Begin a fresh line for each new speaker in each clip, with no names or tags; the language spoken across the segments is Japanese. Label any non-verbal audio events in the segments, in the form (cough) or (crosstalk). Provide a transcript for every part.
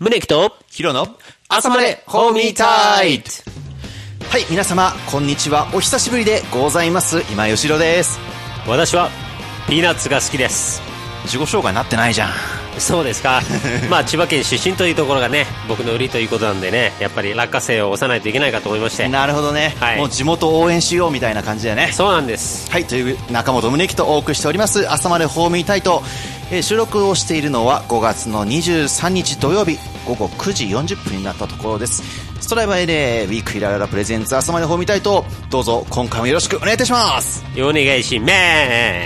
胸木と
ヒロの
朝までホーミータイト
はい、皆様、こんにちは。お久しぶりでございます。今井しろです。
私はピーナッツが好きです
自己紹介なってないじゃん。
そうです (laughs) かまあ千葉県出身というところがね僕の売りということなんでねやっぱり落花生を押さないといけないかと思いまして
なるほどね、
はい
もう地元応援しようみたいな感じだよね。
そうなんです
はい、という中本宗樹とお送りしております、朝までホーミータイト。えー収録をしているのは5月の23日土曜日午後9時40分になったところです。ストライバー LA ウィークイラララプレゼンツ朝までホーミータイト。どうぞ今回もよろしくお願いいたします。
お願いしま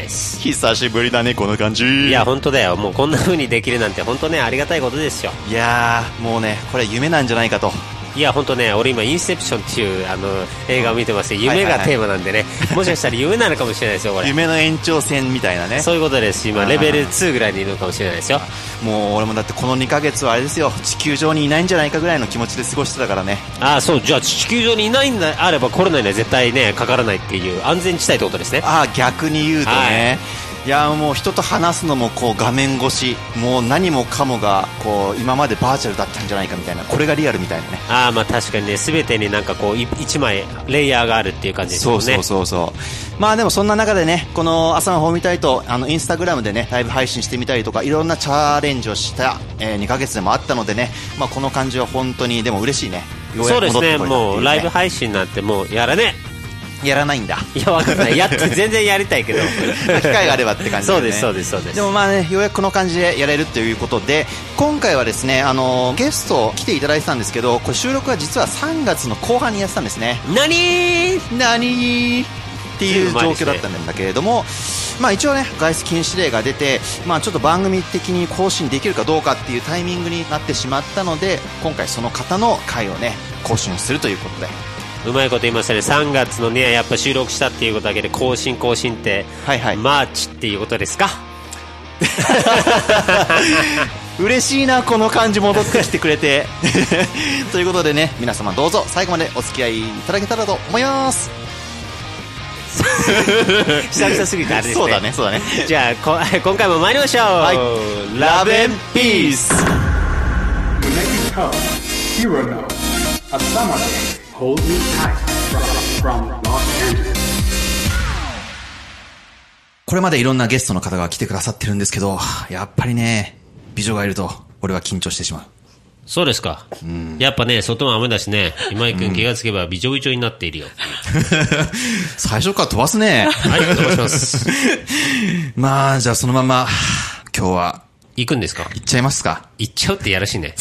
す
久しぶりだね、この感じ。
いや本当だよもうこんな風にできるなんて本当ねありがたいことですよ
いやー、もうね、これ夢なんじゃないかと。
いや本当ね俺今インセプションっていうあの映画を見てまして夢がテーマなんでね、もしかしたら夢なのかもしれないですよこれ
夢の延長線みたいなね。
そういうことです今
あー
レベル2ぐらいにいるのかもしれないですよ
もう俺もだってこの2ヶ月はあれですよ、地球上にいないんじゃないかぐらいの気持ちで過ごしてたからね。
ああそうじゃあ地球上にいないんだあればコロナには絶対ねかからないっていう安全地帯ってことですね
ああ、逆に言うとね。いやーもう人と話すのもこう画面越しもう何もかもがこう今までバーチャルだったんじゃないかみたいなこれがリアルみたいなね
ああまあ確かにね全てになんかこうい一枚レイヤーがあるっていう感じです
そ
もん
う
ね
そうそうそうまあでもそんな中でねこの朝の方見たいとあのインスタグラムでねライブ配信してみたりとかいろんなチャレンジをした、え2ヶ月でもあったのでね、まあ、この感じは本当にでも嬉しいねよ
そう
やく
です
戻っ
ね
てこれたってい
もうライブ配信なんてもうやらね (laughs)
やらないんだ
えいやわかんない
(laughs)
やっ全然やりたいけど
機会があればって感じだ
そ
よ
うで
ね
すそうですそうです
でもまあねようやくこの感じでやれるということで今回はですねあのゲスト来ていただいてたんですけどこれ収録は実は3月の後半にやってたんですね
何
何っていう状況だったんだけれども、まあ、一応ね外出禁止令が出て、まあ、ちょっと番組的に更新できるかどうかっていうタイミングになってしまったので今回その方の回をね更新するということで
うまいこと言いましたね3月のねやっぱ収録したっていうことだけで更新更新って、
はいはい
マーチっていうことです
(laughs)
か
嬉しいなこの感じ戻ってきてくれて (laughs) ということでね皆様どうぞ最後までお付き合いいただけたらと思い (laughs) ます
久々すぎてあれですね
そうだねそうだね
じゃあこ (laughs) 今回も参りましょう、
はい
ラブエンピース
Connected Hub, Hero Now, a summer day. Hold me tight from, from Los Angeles.
これまでいろんなゲストの方が来てくださってるんですけどやっぱりね美女がいると俺は緊張してしまう
そうですか、やっぱね外も雨だしね今井君気がつけばびちょびちょになっているよ、
最初から飛ばすね
はい飛ばします (laughs)
(laughs) まあじゃあそのまま今日は
行くんですか
行っちゃいますか (laughs)
行っちゃうってやらしいね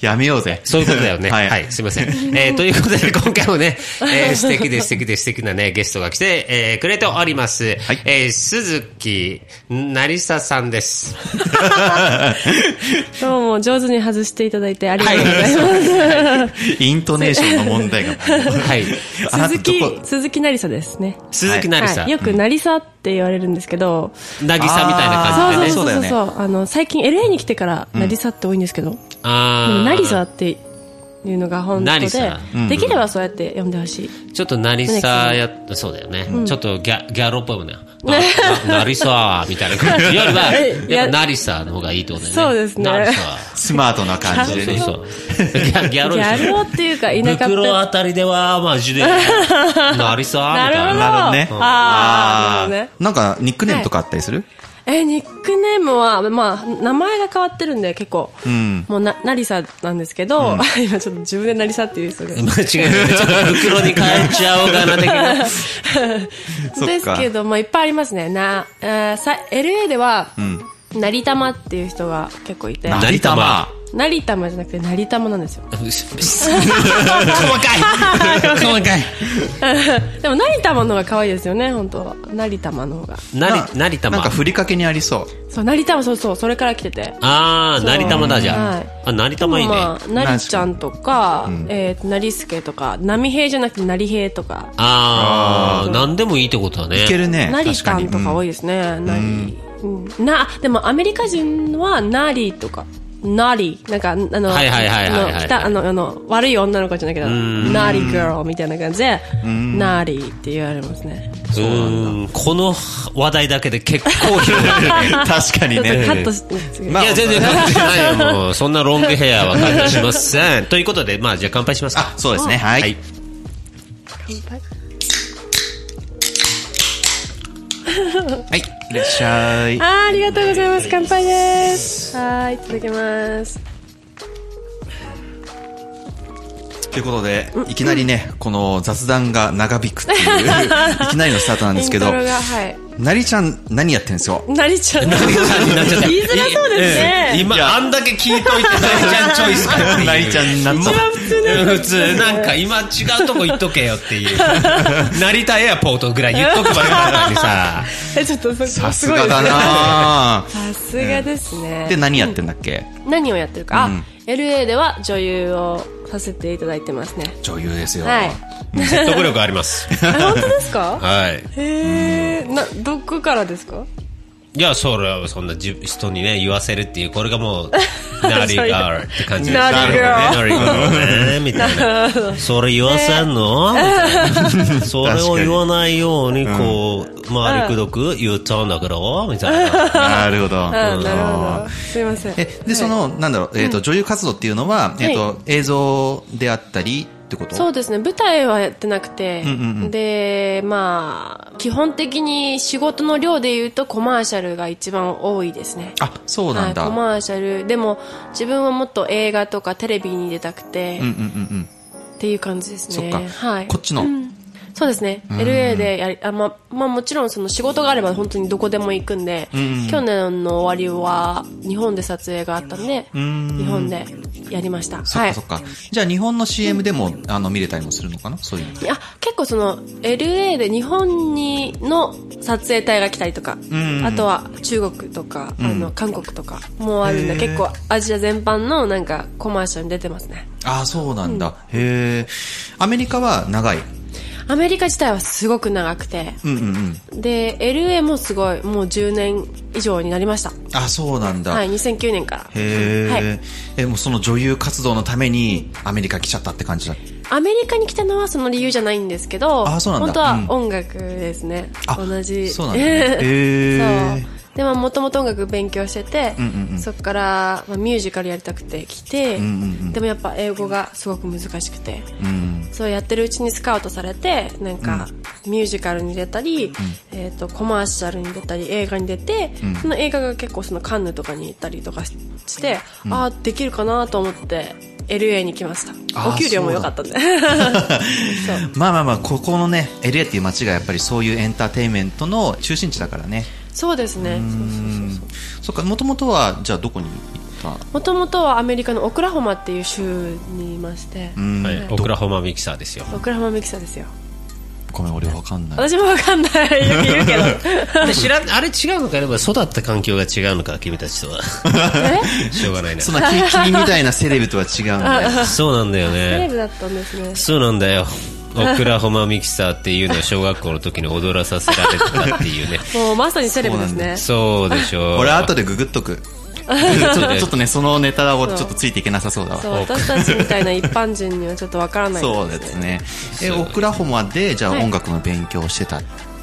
やめようぜ
そういうことだよね。
(laughs) は
はいい、すいません。えーということで、今回もね、えー素敵で素敵で素敵なね、ゲストが来て、えーくれております。
はい
えー鈴木なりささんです。
どうも、上手に外していただいてありがとうございます。
イントネーションの問題が (laughs)
はい。
あ
(laughs)
なた
鈴
どこ
木、鈴木なりさですね。
鈴木なりさ。
はい。よくなりさって言われるんですけど、
なぎさみたいな
そ
感
う
じで
そう
ね。
そうそう
そ
そう、あの、最近 LA に来てからなりさって多いんですけど、で
あ
も
ー
なりさっていうのが本当
なり
で
さ、
できればそうやって呼んでほしい。
ちょっとなりさや、そうだよね。ちょっとギャギャロっぽいもん
(laughs)
ね。なななりさみたいな感じよりは、
いや
やっぱなりさの方がいいってことだよね。
そうですね
なりさ
スマートな感じで
そう
ね
そう。ギャギャロ
ギ
でしょ
ャル男っていうか、田舎っ
袋
ぽ
あたりでは、まあ、ジュディ、 (laughs) なりさ、み
な
た
る
いな。
なる
ほど。
ほどね
あー、なるほどね。
なんかニックネームとかあったりする、
え、ニックネームは、まあ、名前が変わってるんで、結構、もうな、なりさなんですけど、 (laughs) 今ちょっと自分でなりさっていう人が。
間違いない。ちょっと袋に変えちゃおうかな、的
(laughs)
な。
そっか
ですけど、まあ、いっぱいありますね。な、えーさ、LA では、なりたまっていう人が結構いて、
なりたま
なりたまじゃなくて、なりたまなんですよ。
細かい細かい
でも、なりたまの方が可愛いですよね、本当は。なりたまの方が。
なり、なりた
なん
ま
か。ふりかけにありそう
そう、なりたま、そうそう、それから来てて。
あー、
そう
なりたまだ、じ
は
ゃ
い
あ。あ、なりたまいいね。
まあ、なりちゃんとか、えっ、と、なりすけとか、なみへいじゃなくて、なりへいとか。
あー、なんでもいいってことだ
いけ
ね。
るね
ナリタンとか多いですね。ナリ。うんな、でもアメリカ人はナリとか、ナリ。なんか、あの、
はいはいはいはいはい
あの北あの、あの、悪い女の子じゃないけど、ナリガールみたいな感じで、ナリって言われますね。
そうなんだ
んこの話題だけで結構広 (laughs)
(laughs)
がる
確かに
ちょっとカッ
ね
トし、次
まあ
いや全然関係ないよもうそんなロングヘアは関係しませ (laughs) んということでまあじゃあ乾杯しますか
あそうですねはい、
はい
乾杯
はい、いらっしゃい
あーありがとうございます乾杯ですはーいいただきます
ということでいきなりねこの雑談が長引くって
(laughs)
いういきなりのスタートなんですけ
イ
ど
ントロがはい
なりちゃん何やってんですよ
なりちゃん言い
なっちゃった
づらそうですね
今あんだけ聞いといてなりちゃんチョイスかっていう
なりちゃんになっちゃっ
普通なんか今違うとこ行っとけよって (laughs) いう成田エアポートぐらい言っとけばよかったのにさ
えちょっとそ
たさす
すごい
が
です
だ
ね (laughs)
な
さすがですね
で何やってんだっけ
何をやってるか、あ LA では女優をさせていただいてますね
女優ですよ
はい
(laughs) 説得力あります
あ本当です
(laughs)
か
はい
へえ、などこからですか
いやそれはそんなじ人にね言わせるっていうこれが (laughs) もうナリガールって感じです
ナリガー
ナリガールねみたいなそれ言わせんの、みたいなそれを言わないようにこう周りくどく言っちゃうんだけどみたいな
なるほど
あなるほどすいません
えでそのなんだろうえっと女優活動っていうのはえっと映像であったりってこと
そうですね舞台はやってなくて、
んうんうん
でまあ基本的に仕事の量でいうとコマーシャルが一番多いですね
あそうなん
はい、
だ
コマーシャルでも自分はもっと映画とかテレビに出たくて、
うんう
っ
んうんうん
ていう感じですね
そっか
はい
こっちの
そうですね LA でやりあ、ままあ、もちろんその仕事があれば本当にどこでも行くんで、去年の終わりは日本で撮影があったんで、日本でやりました
そっ
は
か
い
そっかじゃあ日本の CM でもあの見れたりもするのかなそういうの
いや結構その LA で日本にの撮影隊が来たりとか、あとは中国とか、あの韓国とかもあるんで結構アジア全般のなんかコマーシャルに出てますね
ああそうなんだ、へえアメリカは長い
アメリカ自体はすごく長くて
うんうんうん
で LA もすごいもう10年以上になりました
あそうなんだ、
はい
へ
2009年から
え、
はい、
えもうその女優活動のためにアメリカ来ちゃったって感じだ
アメリカに来たのはその理由じゃないんですけど
あそうなんだ
本当は音楽ですね、
あ
同じ
そう
(laughs)
なんだねへー
そうでももともと音楽勉強してて、
んうんうん
そこから、まあ、ミュージカルやりたくて来て、
んうんうん
でもやっぱ英語がすごく難しくて、
うん
そうやってるうちにスカウトされてなんか、ミュージカルに出たり、えー、とコマーシャルに出たり映画に出て、その映画が結構そのカンヌとかに行ったりとかしして、ああできるかなと思って LA に来ました
あー
お給料も良かったんでそう
まあまあまあここのね LA っていう街がやっぱりそういうエンターテインメントの中心地だからね
(laughs) そうですね
そっかもともとはじゃあどこに行った
もともとはアメリカのオクラホマっていう州にいまして、
うん、
はいオクラホマミキサーですよ
オクラホマミキサーですよ
ごめん俺わかんない
私もわかんないよく言うけど
あれ知らんあれ違うのかでも育った環境が違うのか君たちと (laughs) は
え
しょうがないな
そんなキ君みたいなセレブとは違うんだよ
そうなんだよ
テレ
ね
ビだったんですね
そうなんだ (laughs) よオクラホマミキサーっていうのを小学校の時に踊らさせられたっていうね
もうまさにテレビですね
そうでしょう
俺後でググっとくちょっとちょっとねそのネタをちょっとついていけなさそうだわ
そう私たちみたいな一般人にはちょっとわからない
そうですね。え、オクラホマで、じゃあ音楽の勉強をしてた。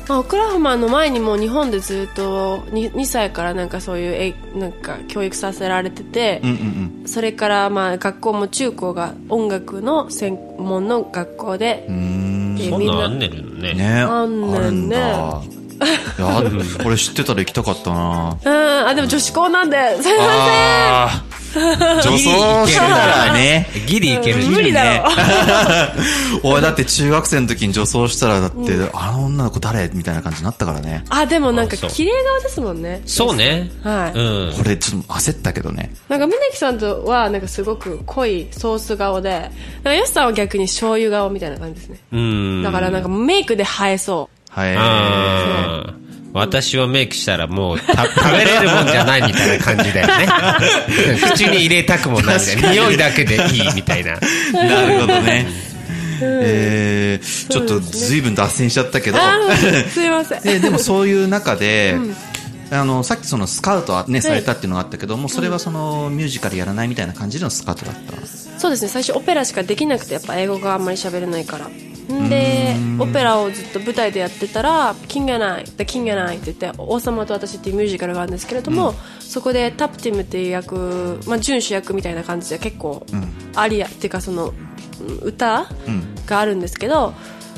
まあ、オクラホマの前にも日本でずっと 2, 歳からなんかそういうえなんか教育させられてて、
うんうんうん。
それからまあ学校も中高が音楽の専門の学校でで
そん
みん
なん
な
あんねるのね
ね
あんねんね
あるんだ。いや、俺知ってたら行きたかったな
うんあでも女子校なんですいま
ああ。女装してたらね。
ギリいける
せん無理だ (laughs) ろう
(laughs)
おい、だって中学生の時に女装したら、だって、あの女の子誰みたいな感じになったからね。
あでもなんか
あそう
綺麗顔ですもんね
そうね
はい
うん
これ、ちょっと焦ったけどね。
なんか峯木さんとはなんかすごく濃いソース顔でなんかよしさんは逆に醤油顔みたいな感じですね
うん
だからなんかメイクで映えそう
はい。
あー私はメイクしたらもうた食べれるもんじゃないみたいな感じだよね
(laughs)
口に入れたくもないみたいな匂いだけでいいみたいな
なるほどね。えー、ちょっと随分脱線しちゃったけど、
あ (laughs) ーすいません
ででもそういう中で、あのさっきそのスカウトは、ね、されたっていうのがあったけどもそれはそのミュージカルやらないみたいな感じのスカウトだった
そうですね最初オペラしかできなくてやっぱ英語があんまり喋れないからでオペラをずっと舞台でやってたら「キングナイ」「The King and I」って言って「王様と私」っていうミュージカルがあるんですけれども、そこでタプティムっていう役、まあ、準主役みたいな感じで結構アリアっていうかそのうん歌があるんですけど、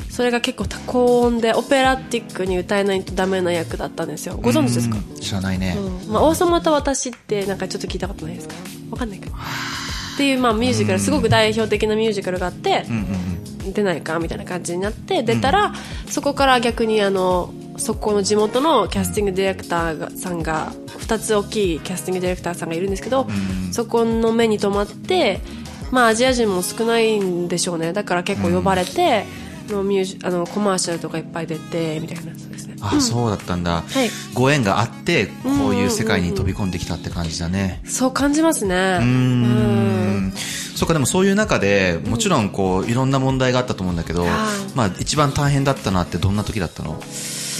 それが結構高音でオペラティックに歌えないとダメな役だったんですよご存知ですか、
知らないね。
うんまあ、王様と私ってなんかちょっと聞いたことないですかわかんないかっていうまあミュージカルすごく代表的なミュージカルがあって、出ないかみたいな感じになって出たら、そこから逆にあのそこの地元のキャスティングディレクターがさんが2つ大きいキャスティングディレクターさんがいるんですけど、そこの目に留まってまあアジア人も少ないんでしょうねだから結構呼ばれて、のミュージあのコマーシャルとかいっぱい出てみたいなやつですね
あ、そうだったんだ。
はい
ご縁があって、こういう世界に飛び込んできたって感じだね。
そう感じますね
う
う
んそうかでもそういう中でもちろんこういろんな問題があったと思うんだけど、まあ、一番大変だったなってどんな時だったの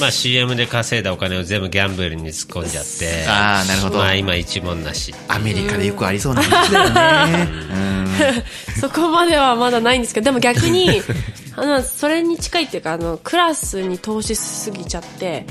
まあ CM で稼いだお金を全部ギャンブルに突っ込んじゃって。
あーなるほど
まあ今一文なし。
アメリカでよくありそうな話だよね、
(laughs) そこまではまだないんですけど、でも逆
(laughs)
に、あの、それに近いっていうか、あの、クラスに投資しすぎちゃって、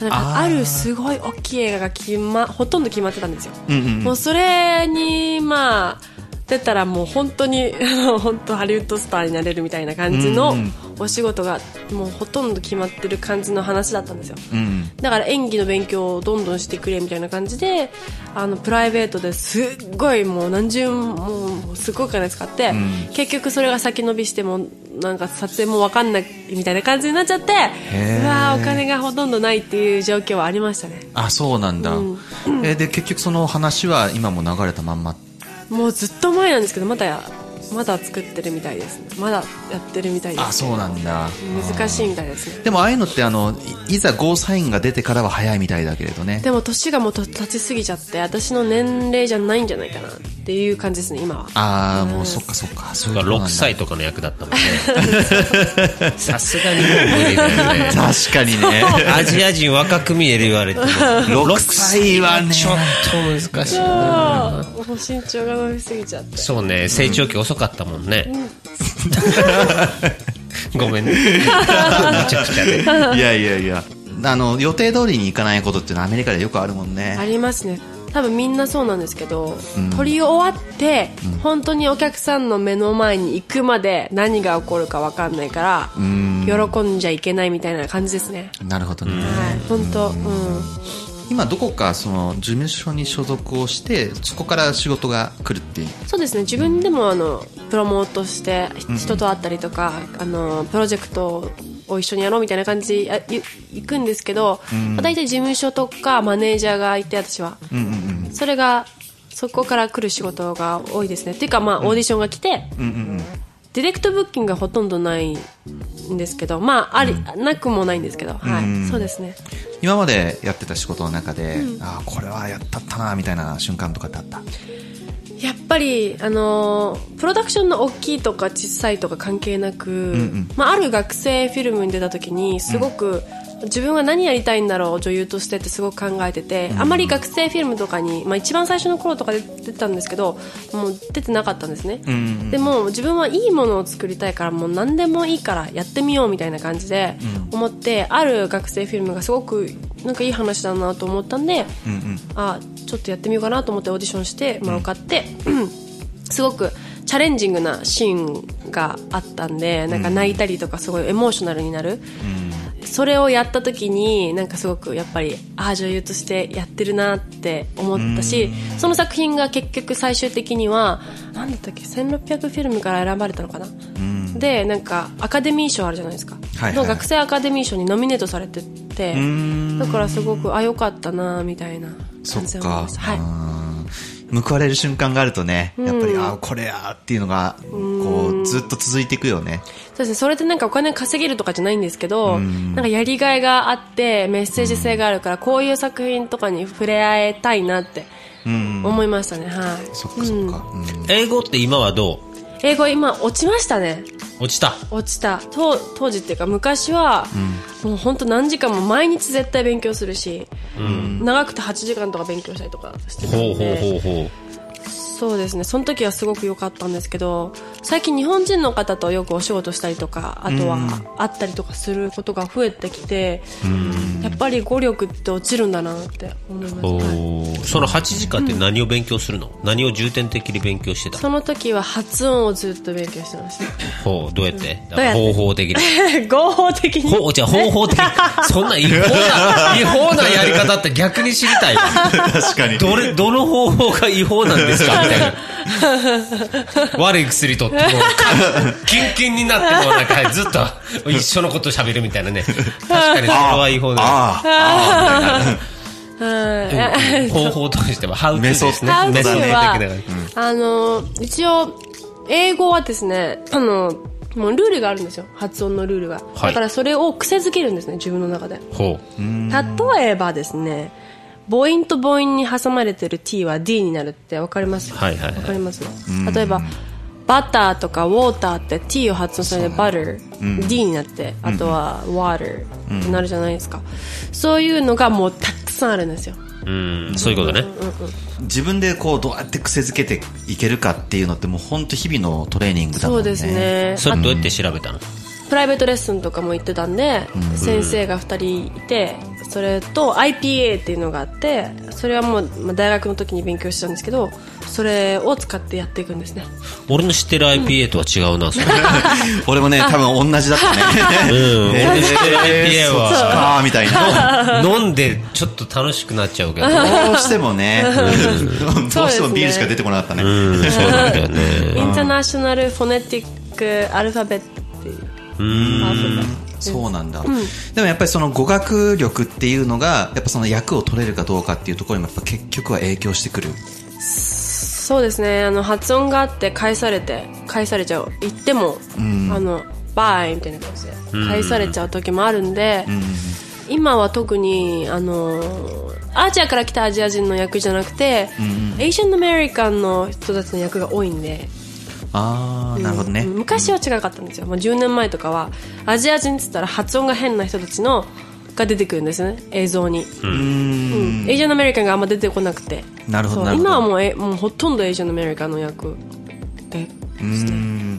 なん
あ
か
ー
あるすごい大きい映画が決ま、ほとんど決まってたんですよ。
うんうん
もうそれに、まあ、出たらもう本当に、 (laughs) あの本当ハリウッドスターになれるみたいな感じの
うんうん
お仕事が、もうほとんど決まってる感じの話だったんですよ。
うん
だから演技の勉強をどんどんしてくれみたいな感じであのプライベートですっごいもう何十万もうすっごいお金使って、結局それが先延びしてもなんか撮影も分かんないみたいな感じになっちゃって
ー
うわーお金がほとんどないっていう状況はありましたね
あそうなんだ、えで結局その話は今も流れたまんま
もうずっと前なんですけどまだやまだ作ってるみたいですねまだやってるみたいです
あそうなんだ
難しいみたいですね
でもああいうのってあのいいざゴーサインが出てからは早いみたいだけれどね
でも年がもうと経ちすぎちゃって私の年齢じゃないんじゃないかなっていう感じですね今は
ああもうそっかそっかそ
僕は
六
6歳とかの役だった
(laughs)
もんね。さすがにもう無理だよね。
確かにね (laughs)
(laughs) アジア人若く見える言われても。
6歳はね
ちょっと難しい。
そうもう身長が伸びすぎちゃって
そうね、成長期遅かったもんね。ごめんね。めちゃくちゃね。
(laughs) いやいやいやあの予定通りに行かないことっていうのはアメリカでよくあるもんね
ありますね多分みんなそうなんですけど、撮り終わって、本当にお客さんの目の前に行くまで何が起こるか分かんないから、喜んじゃいけないみたいな感じですね、
なるほどね、
はい本当うん、
今どこかその事務所に所属をしてそこから仕事が来るっていう
そうですね自分でもあのプロモートして人と会ったりとか、あのプロジェクトを一緒にやろうみたいな感じであい行くんですけど、まあ大体事務所とかマネージャーがいて私は、それがそこから来る仕事が多いですねっていうかまあオーディションが来て、ディレクトブッキングがほとんどないんですけどまああり、なくもないんですけど、はい、そうですね
今までやってた仕事の中で、ああこれはやったったなみたいな瞬間とかってあった
やっぱり、あのープロダクションの大きいとか小さいとか関係なく、まあ、ある学生フィルムに出た時にすごく、自分は何やりたいんだろう女優としてってすごく考えてて、あまり学生フィルムとかに、まあ、一番最初の頃とかで出てたんですけどもう出てなかったんですね、でも自分はいいものを作りたいからもう何でもいいからやってみようみたいな感じで思って、ある学生フィルムがすごくなんかいい話だなと思ったんで、あちょっとやってみようかなと思ってオーディションして、まあ、受かって、 (clears throat) すごくチャレンジングなシーンがあったんでなんか泣いたりとかすごいエモーショナルになる、それをやった時になんかすごくやっぱりああ女優としてやってるなって思ったしその作品が結局最終的にはなんだったっけ1600フィルムから選ばれたのかな、でなんかアカデミー賞あるじゃないですか、
はいはい
の学生アカデミー賞にノミネートされててだからすごくあよかったなみたいな
そ
感じ
っ
で思い
か
ましたはい
うん報われる瞬間があるとねやっぱり、ああこれやっていうのがこうずっと続いていくよね
そうですね、それでなんかお金稼げるとかじゃないんですけど、なんかやりがいがあって、メッセージ性があるから、こういう作品とかに触れ合いたいなって思いましたね、はい。
そっかそっか、うん
英語って今はど
英語今落ちましたね。
う落ちた。
落ちた。当当時っていうか昔は、もうほんと何時間も毎日絶対勉強するし、長くて8時間とか勉強したりとかしてた
ほ
ん
うほう
で、
ほうほう。
そうですねその時はすごく良かったんですけど最近日本人の方とよくお仕事したりとかあとは会ったりとかすることが増えてきて、やっぱり語力って落ちるんだなって思います、はい
おーその8時間って何を勉強するの、何を重点的に勉強してた
その時は発音をずっと勉強してました (laughs)
ほうどうやって
うやっ
方
て
法的に。
合法的に
ほう、じゃあ方法的に。そんな違法な、違法なやり方って逆に知りたい。
確かに。
どれ、どの方法が違法なんですかみたいな。悪い薬とってもう、キンキンになってもうなんかずっと一緒のこと喋るみたいなね。確かにそれは違法だ。
ああ、
はい
方法としては、ハウトゥー
メ
で
ソッ
す
ド
ね。
ハウトゥーは
メソッド的な
あの一応英語はですねあのもうルールがあるんですよ発音のルールが、
はい
だからそれを癖づけるんですね自分の中で
ほう。
例えばですね母音と母音に挟まれてる t は d になるってわかります
はいはいはい
わかります例えばバターとかウォーターって t を発音されてバター d になってあとは water ってなるじゃないですかそういうのがもうたくさんあるんですよ
うん、そういうことね。
自分でこう、どうやって癖づけていけるかっていうのって、もう本当日々のトレーニングだ
そ
もんね。
うです。ね
それどうやって調べたの
プライベートレッスンとかも行ってたんで、先生が2人いてそれと IPA っていうのがあってそれはもうまあ大学の時に勉強してたんですけどそれを使ってやっていくんですね
俺の知ってる IPA とは違うな、それ。
俺もね、多分同じだったね。
(laughs) うん、俺の知ってる IPA
(laughs) そう
は。
かーみたい
(laughs)
な。
飲んでちょっと楽しくなっちゃうけど。
どうしてもね、どうしてもビールしか出てこなかったね。
うん、そうなんだよね。
インターナショナルフォネティックアルファベットっていうアルファベット
そうなんだ、でもやっぱりその語学力っていうのがやっぱその役を取れるかどうかっていうところにもやっぱ結局は影響してくる
そうですねあの発音があって返されて返されちゃう言っても、あのバイみたいな感じで返されちゃう時もあるんで、今は特にあのアジアから来たアジア人の役じゃなくて、エイシャン・アメリカンの人たちの役が多いんで、
ああなるほどね、
うん昔は違かったんですよもう10年前とかはアジア人っつったら発音が変な人たちのが出てくるんですね映像に、うんエイジアン・アメリカンがあんま出てこなくて
なるほど
そう
なるほど
今はもうえもうほとんどエイジアン・アメリカンの役で
うん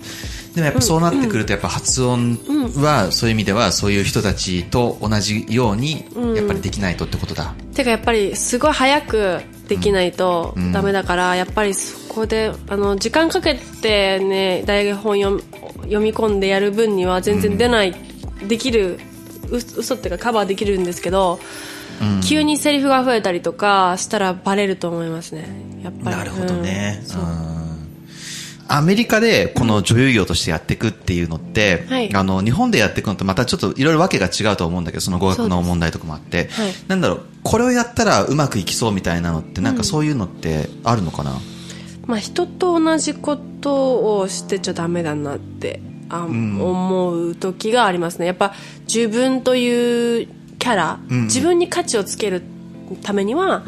でもやっぱそうなってくるとやっぱ発音はそういう意味ではそういう人たちと同じようにやっぱりできないとってことだ、
てかやっぱりすごい早くできないとダメだから、やっぱりそこであの時間かけてね大本読み読み込んでやる分には全然出ない、できるう嘘っていうかカバーできるんですけど、急にセリフが増えたりとかしたらバレると思いますねやっぱり
なるほどね
うん、
う
そうん
アメリカでこの女優業としてやっていくっていうのって、
はい
あの日本でやっていくのとまたちょっといろいろわけが違うと思うんだけどその語学
そう
の
です
問題とかもあって、
はい
なんだろうこれをやったらうまくいきそうみたいなのってなんかそういうのってあるのかな、
まあ、人と同じことをしてちゃダメだなってあ、思う時がありますねやっぱ自分というキャラ、自分に価値をつけるためには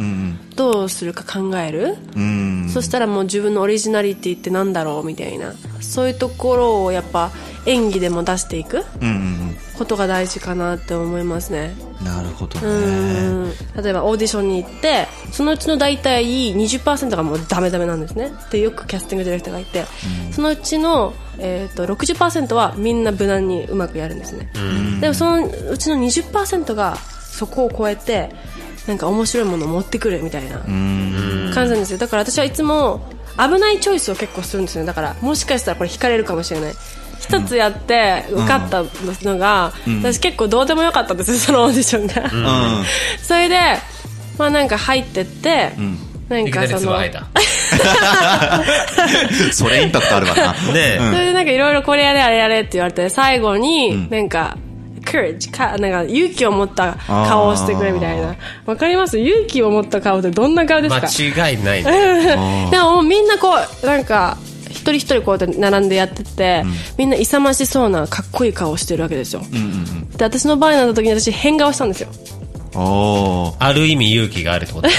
どうするか考える、
うん
そしたらもう自分のオリジナリティってなんだろうみたいなそういうところをやっぱ演技でも出していく
うんうん
ことが大事かなって思いますね。
うんなるほどね
うん例えばオーディションに行ってそのうちの大体20%がもうダメダメなんですねでよくキャスティングディレクターがいて、そのうちの、えー、と60%はみんな無難にうまくやるんですね、でもそのうちの20%がそこを超えてなんか面白いものを持ってくるみたいな感じなんですよだから私はいつも危ないチョイスを結構するんですよだからもしかしたらこれ引かれるかもしれない一つやって受かったのが、私結構どうでもよかったんですよそのオーディションが、
うん
(laughs) それでまあなんか入ってって、なん
いきな
か
り
そ
つ
の
ば吐いた。
(laughs) それインパクトあるわ
(laughs)
な
ね
それでなんかいろいろこれやれあれやれって言われて最後になんか、courage かなんか勇気を持った顔をしてくれみたいなわかります勇気を持った顔ってどんな顔ですか
間違いないね。
でももうみんなこうなんか一人一人こうやって並んでやってて、みんな勇ましそうなかっこいい顔をしてるわけですよ、で私の場合になった時に私変顔したんですよ
おー
ある意味勇気があるってことね。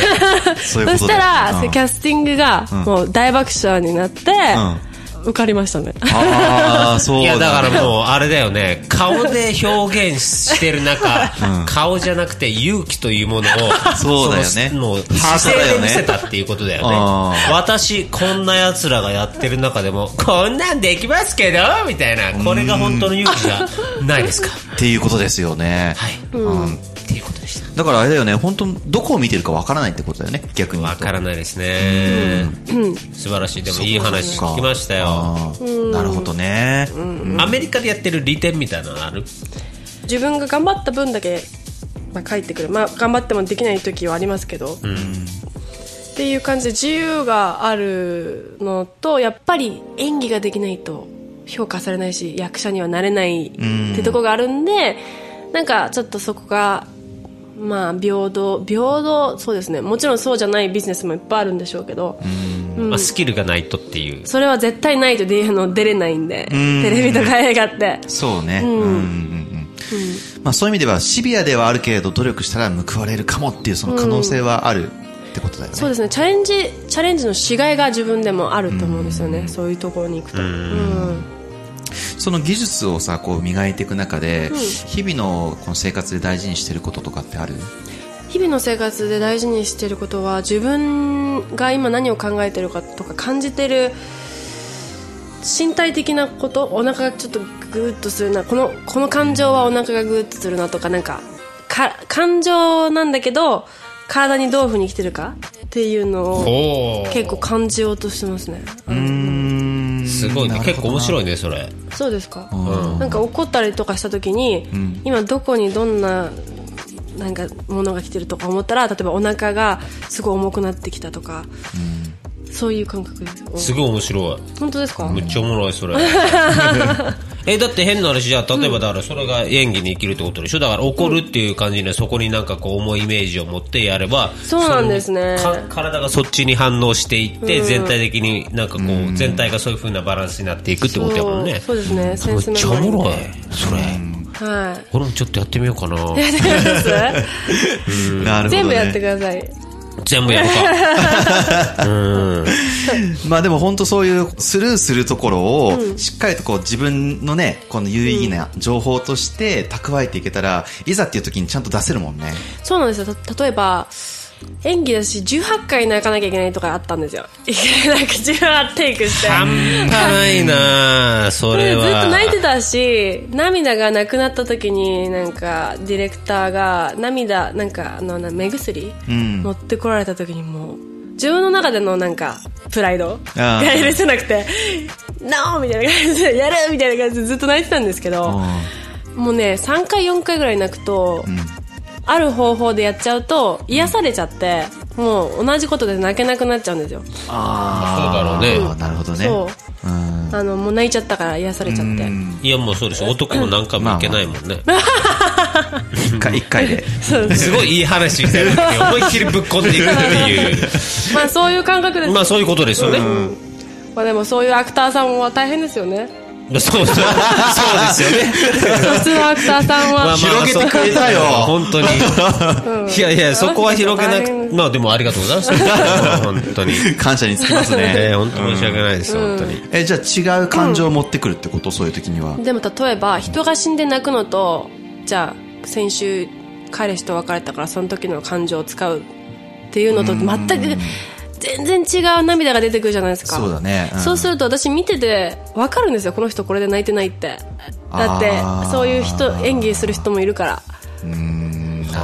そういうこ
そ
と
し
だ
た
よ
ら、
うん
キャスティングがもう大爆笑になって、
ん
受かりましたね。
ああ、そう
いや、だから
う。
もう、あれだよね。顔で表現してる中、顔じゃなくて勇気というものを、
そうだよね
そのもう、
ハート
姿
だよね
勢で見せたっていうことだよね
あ。
私、こんな奴らがやってる中でも、こんなんできますけど、みたいな。これが本当の勇気じゃないですか。
っていうことですよね。
はい。っていうことでした。
だからあれだよね、本当どこを見てるかわからないってことだよね、逆に言
わ
うと。
からないですね。素晴らしい。でもいい話聞きましたよ。
あーなるほどね。
アメリカでやってる利点みたいなのある
自分が頑張った分だけ、まあ、帰ってくる、まあ、頑張ってもできない時はありますけど、っていう感じで自由があるのとやっぱり演技ができないと評価されないし役者にはなれないってとこがあるんで、なんかちょっとそこが。まあ平等平等そうですねもちろんそうじゃないビジネスもいっぱいあるんでしょうけど、
まあスキルがないとっていう。
それは絶対ないとであの出れないんで、テレビとか映画って
そうね。うんうんうんまあそういう意味ではシビアではあるけれど努力したら報われるかもっていうその可能性はあるってことだよね。
そうですねチャレンジチャレンジのしがいが自分でもあると思うんですよね、そういうところに行くと、うん
その技術をさ、こう磨いていく中で、日々のこの生活で大事にしてることとかってある
日々の生活で大事にしてることは自分が今何を考えてるかとか感じてる身体的なことお腹がちょっとグーッとするなこのこの感情はお腹がグーッとするなとかなんかか感情なんだけど体にどういうふうに生きてるかっていうのを
おー
結構感じようとしてますね
すごいね。結構面白いね、それ。
そうですか、なんか怒ったりとかした時に、今どこにどんななんかものが来てるとか思ったら例えばお腹がすごい重くなってきたとか、そういう感覚です
すごい面白
本当ですか、
い。めっちゃおもろい、そ
(laughs)
れ。え、だって変な話じゃあ、例えばだからそれが演技に生きるってことでしょだから怒るっていう感じでそこになんかこう重いイメージを持ってやれば、
そうなんですね
そのか体がそっちに反応していって、全体的になんかこう、全体がそういう風なバランスになっていくってことやもんね。
そうそうですねセ
め
ン
っ
スメ
ちゃ
モ
お
リー
もろい。それ。 (laughs)
はい
俺もちょっとやってみようかな。
やってくれます
なるほど、ね。
全部やってください、
全部やるか。
まあでも本当そういうスルーするところをしっかりとこう自分のね、この有意義な情報として蓄えていけたら、いざっていう時にちゃんと出せるもんね。
そうなんですよた例えば演技だし18回泣かなきゃいけないとかあったんですよいけなく18テイクして
半端ないなそれは。
ずっと泣いてたし涙がなくなった時になんかディレクターが涙なんかあのな目薬、持ってこられた時にもう自分の中でのなんかプライド
あ
が
ー
許せなくて「ノー!」みたいな感じで「やる!」みたいな感じでずっと泣いてたんですけどもうね3回4回ぐらい泣くと、ある方法でやっちゃうと癒されちゃってもう同じことで泣けなくなっちゃうんですよ
あ
そうだろうね
あーなるほどね。
そう
うん
あのもう泣いちゃったから癒されちゃって
いやもうそうです男も何回もいけないもんね。
一回、一回で。
そう
すごいいい話してるって思いっきりぶっこんでいくってい
まあそういう感覚
う。
で (laughs) す、
ま
ま
あそういうことですよね。
あ、でもそういうアクターさんは大変ですよね
そうそう。そうですよね。
普通のアクターさんは、
広げてくれたよ
本当に。いやいや、そこは広げな
あの
く
人
まあでもありがとうございます。本
(laughs)
当に。
感謝につきます
(laughs) え
ね
え。本当申し訳ないです、本当に。
え、じゃあ違う感情を持ってくるってことそういう時には。
でも例えば人が死んで泣くのとじゃあ先週彼氏と別れたからその時の感情を使うっていうのと全く全然違う涙が出てくるじゃないですか
そうだねうん
そうすると私見てて分かるんですよこの人これで泣いてないってだって
あー
そういう人演技する人もいるから
な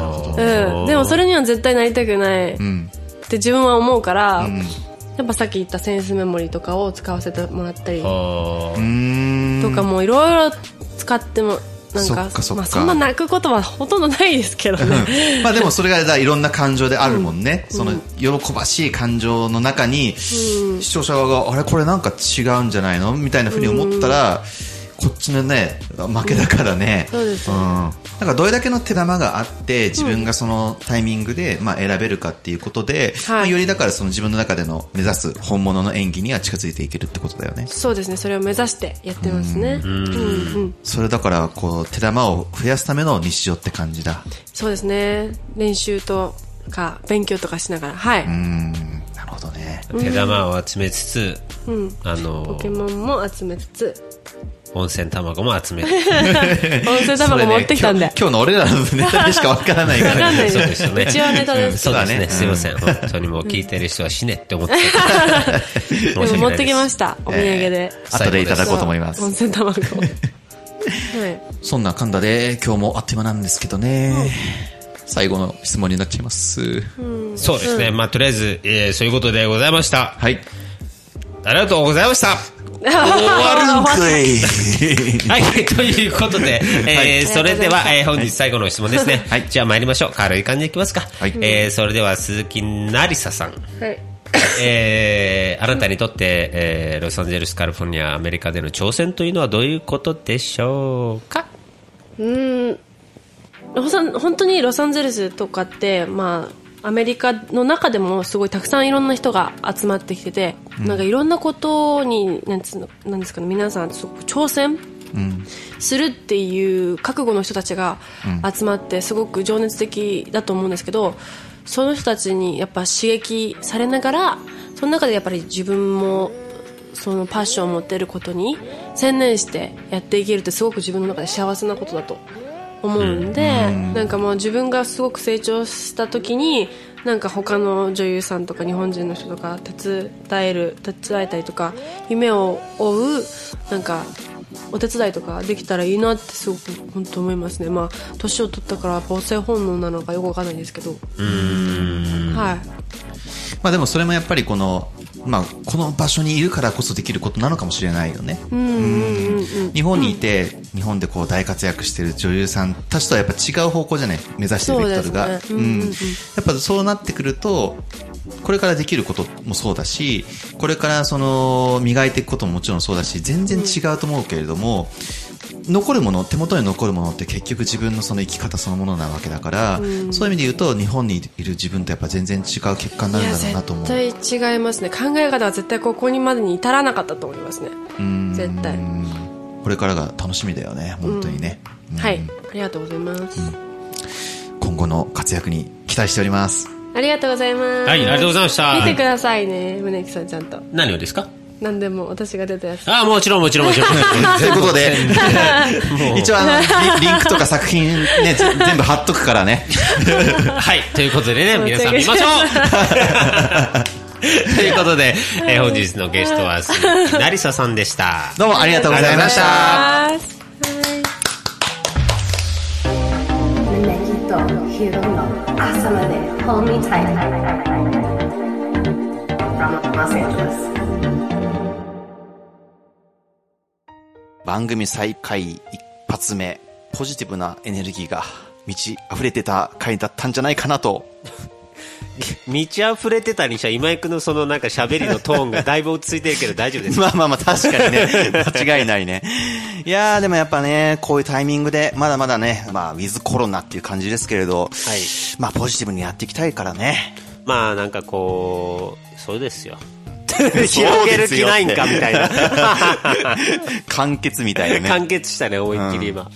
るほど。
うん、でもそれには絶対なりたくないって自分は思うから、やっぱさっき言ったセンスメモリーとかを使わせてもらったりと
あー
かもいろいろ使ってもなん
そ
か
っかそっか
まあ、そんな泣くことはほとんどないですけどね、
(laughs) まあでもそれがいろんな感情であるもんね。その喜ばしい感情の中に、視聴者側が、あれこれなんか違うんじゃないのみたいな風に思ったら、こっちのね、負けだからね。
そうです
う
ね
ん。なんかどれだけの手玉があって、自分がそのタイミングで、まあ選べるかっていうことで、
はい
まあよりだからその自分の中での目指す本物の演技には近づいていけるってことだよね。
そうですねそれを目指してやってますねうんうん
それだから、こう、手玉を増やすための日常って感じだ。
そうですね練習とか勉強とかしながらはい、
うん。なるほどね。
手玉を集めつつ、あ
ポ
の
ケモンも集めつつ
温泉卵も集めて
温泉
それ
卵
ね
持ってきたんで
今日今日の俺らのネタでしかわからないか
わ
ら (laughs)
かんない
そう
で
ですすよね
うちはネタです
そ
そう
うです
だ
ね
ね
すいません本当にもう聞いてる人は死ねって思って申し
で
訳
も持
な
っ
い
てきましたたお土産で
後でいただこうと思いま
温
す
泉
(laughs)
卵はい
そんな神田で今日もあっという間なんですけどね最後の質問になっちゃいます
そうですねまあとりあえずえーそういうことでございました
はい
ありがとうございました
(laughs)
はい、ということで、えーそれでは、えー本日最後の質問ですね。はい、じゃあ参りましょう。軽い感じでいきますか。
い
えーそれでは、鈴木成沙さん。
はい
えーあなたにとって、えーロサンゼルス、カリフォルニア、アメリカでの挑戦というのはどういうことでしょうか
ロサン本当にロサンゼルスとかって、まあ、アメリカの中でもすごいたくさんいろんな人が集まってきてて、なんかいろんなことになんつうのなんですかね皆さんすごく挑戦するっていう覚悟の人たちが集まってすごく情熱的だと思うんですけどその人たちにやっぱ刺激されながらその中でやっぱり自分もそのパッションを持ってることに専念してやっていけるってすごく自分の中で幸せなことだと思うんで、なんかもう自分がすごく成長した時になんか他の女優さんとか日本人の人とか手伝える手伝えたりとか夢を追うなんかお手伝いとかできたらいいなってすごく本当思いますねまあ年を取ったから母性本能なのかよくわかんないですけどはい
まあでもそれもやっぱりこのまあこの場所にいるからこそできることなのかもしれないよね
うんうんうんうん
日本にいて日本でこう大活躍してる女優さんたちとはやっぱ違う方向じゃない目指してるベクトル
そう
が
ですねうんうんうん
やっぱそうなってくるとこれからできることもそうだしこれからその磨いていくことももちろんそうだし全然違うと思うけれども、残るもの手元に残るものって結局自分のその生き方そのものなわけだから、そういう意味で言うと日本にいる自分とやっぱ全然違う結果にないるん
や
だろうなと思う。
絶対違いますね考え方は絶対ここにまでに至らなかったと思いますね絶対
これからが楽しみだよね本当にね、
はいありがとうございます、
今後の活躍に期待しており (laughs) ます
ありがとうございます
はいありがとうございました
見てくださいね宗木さんちゃんと
何をですか
何でも私が出たやつ
ああ、もちろん、もちろん、もちろん。
ということで、一応あの、リリンクとか作品 (laughs) ね、ぜ全部貼っとくからね。
はい、ということでね、皆さん見ましょうということで、えー本日のゲストは鈴木成沙さんでした。
どうもありがとうございました。
胸きっと昼の朝までホーミータイム from Los Angeles
番組再開一発目、ポジティブなエネルギーが満ち溢れてた回だったんじゃないかなと。
道溢れてたにしは今井君のそのなんか喋りのトーンがだいぶ落ち着いてるけど大丈夫 (laughs) ですか
(laughs) まあまあまあ確かにね、
(laughs)
間違いないね。いやーでもやっぱね、こういうタイミングで、まだまだね、まあウィズコロナっていう感じですけれど、
い
まあポジティブにやっていきたいから
(laughs)
ね。
まあなんかこうそうですよ
すよ
広げる気ないんかみたいな
完結みたいなね。
完結したね思いっきり今、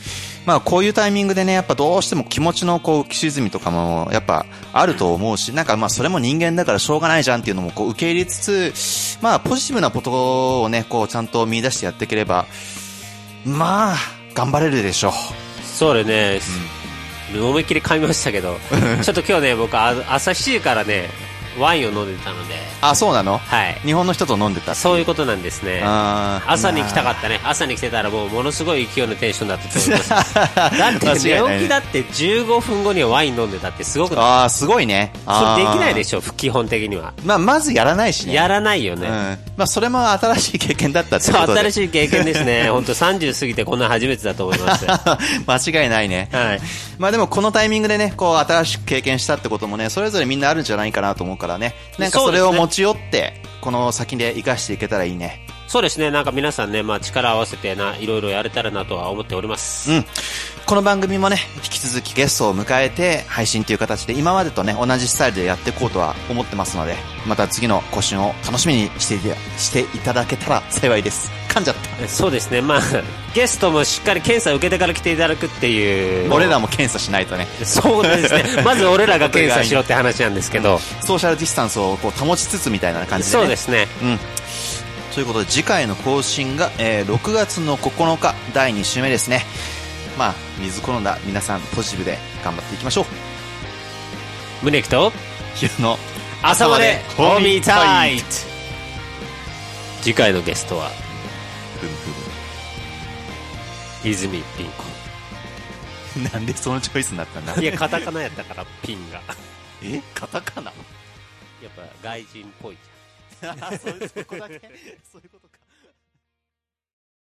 まあこういうタイミングでね、やっぱどうしても気持ちのこう浮き沈みとかもやっぱあると思うし、なんかまあそれも人間だからしょうがないじゃんっていうのもこう受け入れつつ、まあポジティブなことをね、こうちゃんと見出してやっていければ、まあ、頑張れるでしょう。
そうだね、思いっきり噛みましたけ (laughs) どちょっと今日ね僕あ朝7時からねワインを飲んでたので
あ、そうなの
はい
日本の人と飲んでた。
そういうことなんですね
あー
朝に
(laughs)
来たかったね朝に来てたらもうものすごい勢いのテンションだったと思います
(laughs)
だって寝起きだって15分後にはワイン飲んでたってすごく
ああ、すごいね。
それできないで
し
しょ基本的には
ょ。まあ、まずやらないしね。
やらないよ
うん。
ね、
まあ、それも新しい経験だったって
そう
ことで。
新
い。
しい経験ですね本当30過ぎてこんな初めてだと思います
(laughs)
は
間違いないね。
い
まあでもこのタイミングでね、こう新しく経験したってこともね、それぞれみんなあるんじゃないかなと思うからね。なんかそれ
そう
を
ですね
持ち寄って、この先で活かしていけたらいいね。
そうですねなんか皆さんね、まあ、力合わせてないろいろやれたらなとは思っております、
うん。この番組もね、引き続きゲストを迎えて配信という形で今までとね、同じスタイルでやっていこうとは思ってますので、また次の更新を楽しみにしていてしていただけたら (laughs) 幸いです。噛んじゃった。
そうですねまあゲストもしっかり検査を受けてから来ていただくっていう
俺らも検査しないとね。
そうです (laughs) ねまず俺らが検査しろって話なんですけど
ソーシャルディスタンスをこう保ちつつみたいな感じで、ね。
そうですね
うん。ということで次回の更新が、えー6月の9日第2週目ですねまあウィズコロナ皆さんポジティブで頑張っていきましょう
胸キと
昼の
朝までホーミータイト次回のゲストは泉ピン
なんでそのチョイスになったんだ
子いやカタカナやったからピンが
えカタカナ
やっぱ外人っぽいじゃん
そういうことだけそういうこと (laughs)